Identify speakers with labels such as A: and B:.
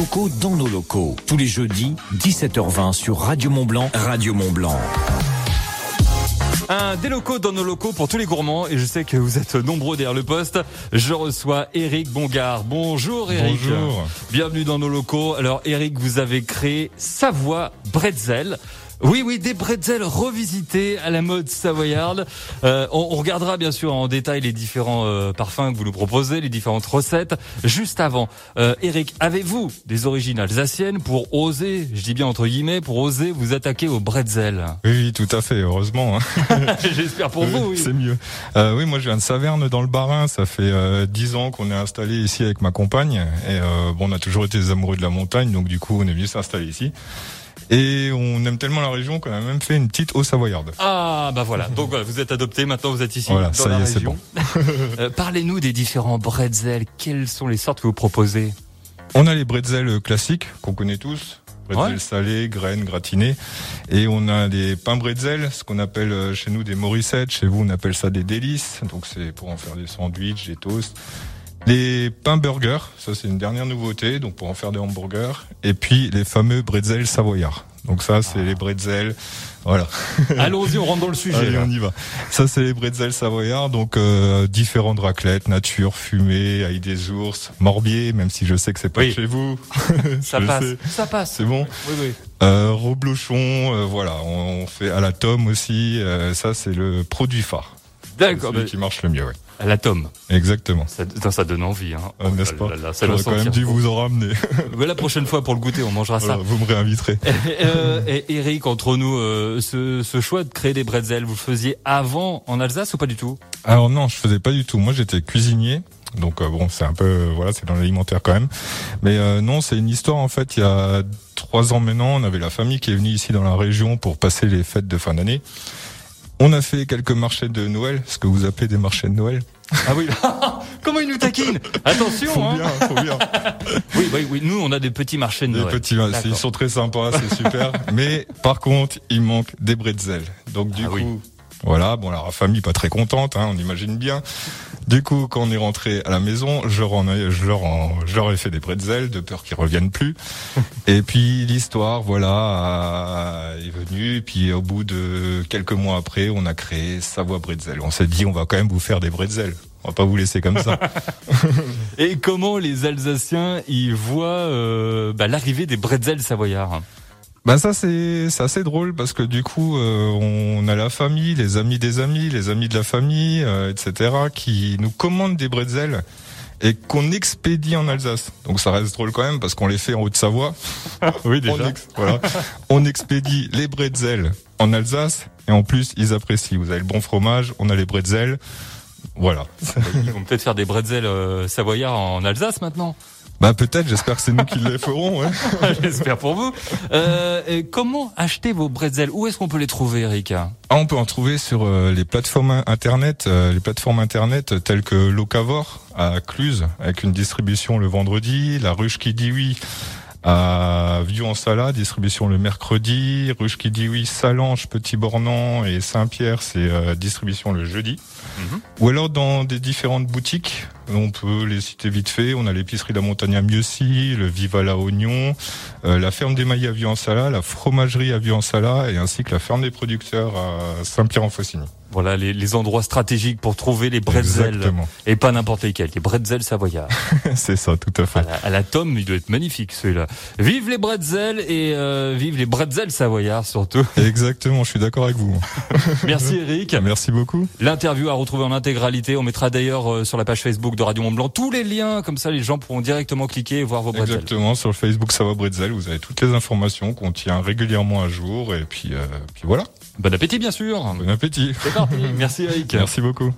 A: locaux dans nos locaux. Tous les jeudis, 17h20 sur Radio Mont Blanc, Radio Mont Blanc.
B: Un des locaux dans nos locaux pour tous les gourmands et je sais que vous êtes nombreux derrière le poste. Je reçois Eric Bongard. Bonjour Eric.
C: Bonjour.
B: Bienvenue dans nos locaux. Alors Eric, vous avez créé Savoie Bretzel. Oui, oui, des bretzels revisités à la mode savoyarde. Euh, on, on regardera bien sûr en détail les différents euh, parfums que vous nous proposez, les différentes recettes. Juste avant, euh, Eric, avez-vous des origines alsaciennes pour oser, je dis bien entre guillemets, pour oser vous attaquer aux bretzels
C: Oui, oui, tout à fait, heureusement. hein.
B: J'espère pour vous, oui.
C: C'est mieux. Euh, oui, moi je viens de Saverne dans le Barin. Ça fait euh, 10 ans qu'on est installé ici avec ma compagne. Et euh, bon, on a toujours été des amoureux de la montagne, donc du coup on est venu s'installer ici. Et on aime tellement la région qu'on a même fait une petite eau savoyarde.
B: Ah bah voilà, donc voilà, vous êtes adopté, maintenant vous êtes ici
C: Voilà,
B: Ah, dans
C: ça
B: la
C: y est, c'est
B: région. Euh, Parlez-nous des différents bretzels, quelles sont les sortes que vous proposez
C: On a les bretzels classiques qu'on connaît tous. Bretzels
B: Ouais.
C: salés, graines, gratinées. Et on a des pains bretzels, ce qu'on appelle euh, chez nous des morissettes. Chez vous, on appelle ça des délices. Donc c'est pour en faire des sandwichs, des toasts. Les pains burgers, ça c'est une dernière nouveauté, donc pour en faire des hamburgers. Et puis les fameux bretzels savoyards. Donc ça c'est les bretzels, voilà.
B: Allons-y, on rentre dans le sujet.
C: Allez,
B: là.
C: on y va. Ça, c'est les bretzels savoyards. Donc, euh, différentes raclettes, nature, fumée, ail des ours, morbier, même si je sais que c'est pas
B: Oui.
C: chez vous.
B: Ça
C: Je
B: passe,
C: sais.
B: ça passe.
C: C'est bon.
B: Oui, oui.
C: Euh, reblochon, euh, voilà. On fait à la tome aussi. euh, ça, c'est le produit phare. C'est
B: D'accord, bah,
C: celui
B: mais
C: qui marche le mieux, ouais.
B: à la tome.
C: Exactement.
B: Ça, putain, ça donne envie. Hein.
C: Euh, N'est-ce pas
B: Là, là, là, ça doit
C: J'aurais quand même
B: sentir
C: dû
B: bon. Ah,
C: vous en ramener.
B: Mais la prochaine fois pour le goûter, on mangera
C: Voilà, vous me réinviterez.
B: ça. Euh, et Eric, entre nous, euh, ce, ce choix de créer des bretzels, vous le faisiez avant en Alsace ou pas du tout
C: Alors non, je faisais pas du tout. Moi, j'étais cuisinier. Donc euh, bon, c'est un peu euh, voilà, c'est dans l'alimentaire quand même. Mais euh, non, c'est une histoire en fait. Il y a trois ans maintenant, on avait la famille qui est venue ici dans la région pour passer les fêtes de fin d'année. On a fait quelques marchés de Noël, ce que vous appelez des marchés de Noël.
B: Ah oui, comment il nous taquine Attention,
C: Faut
B: hein.
C: bien, faut bien.
B: Oui, oui, oui, nous on a des petits marchés de
C: Les
B: Noël.
C: petits, ouais,
B: D'accord.
C: ils sont très sympas, c'est super. Mais par contre, il manque des bretzels. Donc du
B: Ah
C: coup,
B: oui.
C: voilà, bon, alors, la famille pas très contente, hein, on imagine bien. Du coup, quand on est rentré à la maison, je leur, en ai- je leur, en- je leur ai fait des bretzels de peur qu'ils reviennent plus. et puis l'histoire, voilà, a- est venue. Et puis au bout de quelques mois après, on a créé Savoie Bretzel. On s'est dit, on va quand même vous faire des bretzels. On va pas vous laisser comme ça.
B: Et comment les Alsaciens y voient euh, bah, l'arrivée des bretzels savoyards hein.
C: Bah ça c'est c'est assez drôle parce que du coup euh, on a la famille, les amis des amis, les amis de la famille, euh, etc. qui nous commandent des bretzels et qu'on expédie en Alsace. Donc ça reste drôle quand même parce qu'on les fait en Haute-Savoie.
B: Oui
C: On, ex- voilà. on expédie les bretzels en Alsace et en plus ils apprécient. Vous avez le bon fromage, on a les bretzels. Voilà.
B: Ils vont peut-être faire des bretzels euh, savoyards en Alsace maintenant.
C: Bah peut-être, j'espère que c'est nous qui les ferons. Ouais.
B: J'espère pour vous. Euh, et comment acheter vos bretzels Où est-ce qu'on peut les trouver, Eric
C: Ah, on peut en trouver sur euh, les plateformes internet, euh, les plateformes internet euh, telles que Locavor à Cluse, avec une distribution le vendredi, la ruche qui dit oui à Vieux en Sala, distribution le mercredi, ruche qui dit oui, Salange, Petit Bornand et Saint-Pierre, c'est euh, distribution le jeudi.
B: Mhm.
C: Ou alors dans des différentes boutiques, on peut les citer vite fait, on a l'épicerie de la Montagne à Mieuxy, le Viva la Oignon, euh, la ferme des mailles à Vieux en Sala, la fromagerie à Vieux en Sala et ainsi que la ferme des producteurs à Saint-Pierre-en-Faucigny.
B: Voilà les, les endroits stratégiques pour trouver les bretzels.
C: Exactement.
B: Et pas n'importe lesquels, les bretzels savoyards.
C: c'est ça, tout à fait.
B: À la, à la tome, il doit être magnifique celui-là. Vive les bretzels et euh, vive les bretzels savoyards surtout.
C: Exactement, je suis d'accord avec vous.
B: Merci Eric.
C: Merci beaucoup.
B: L'interview à retrouver en intégralité. On mettra d'ailleurs euh, sur la page Facebook de Radio Mont Blanc tous les liens, comme ça les gens pourront directement cliquer et voir vos bretzels.
C: Exactement, sur le Facebook Savoie Bretzel, vous avez toutes les informations qu'on tient régulièrement à jour et puis, euh, puis voilà.
B: Bon appétit bien sûr.
C: Bon appétit.
B: C'est parti. Merci Eric.
C: Merci beaucoup.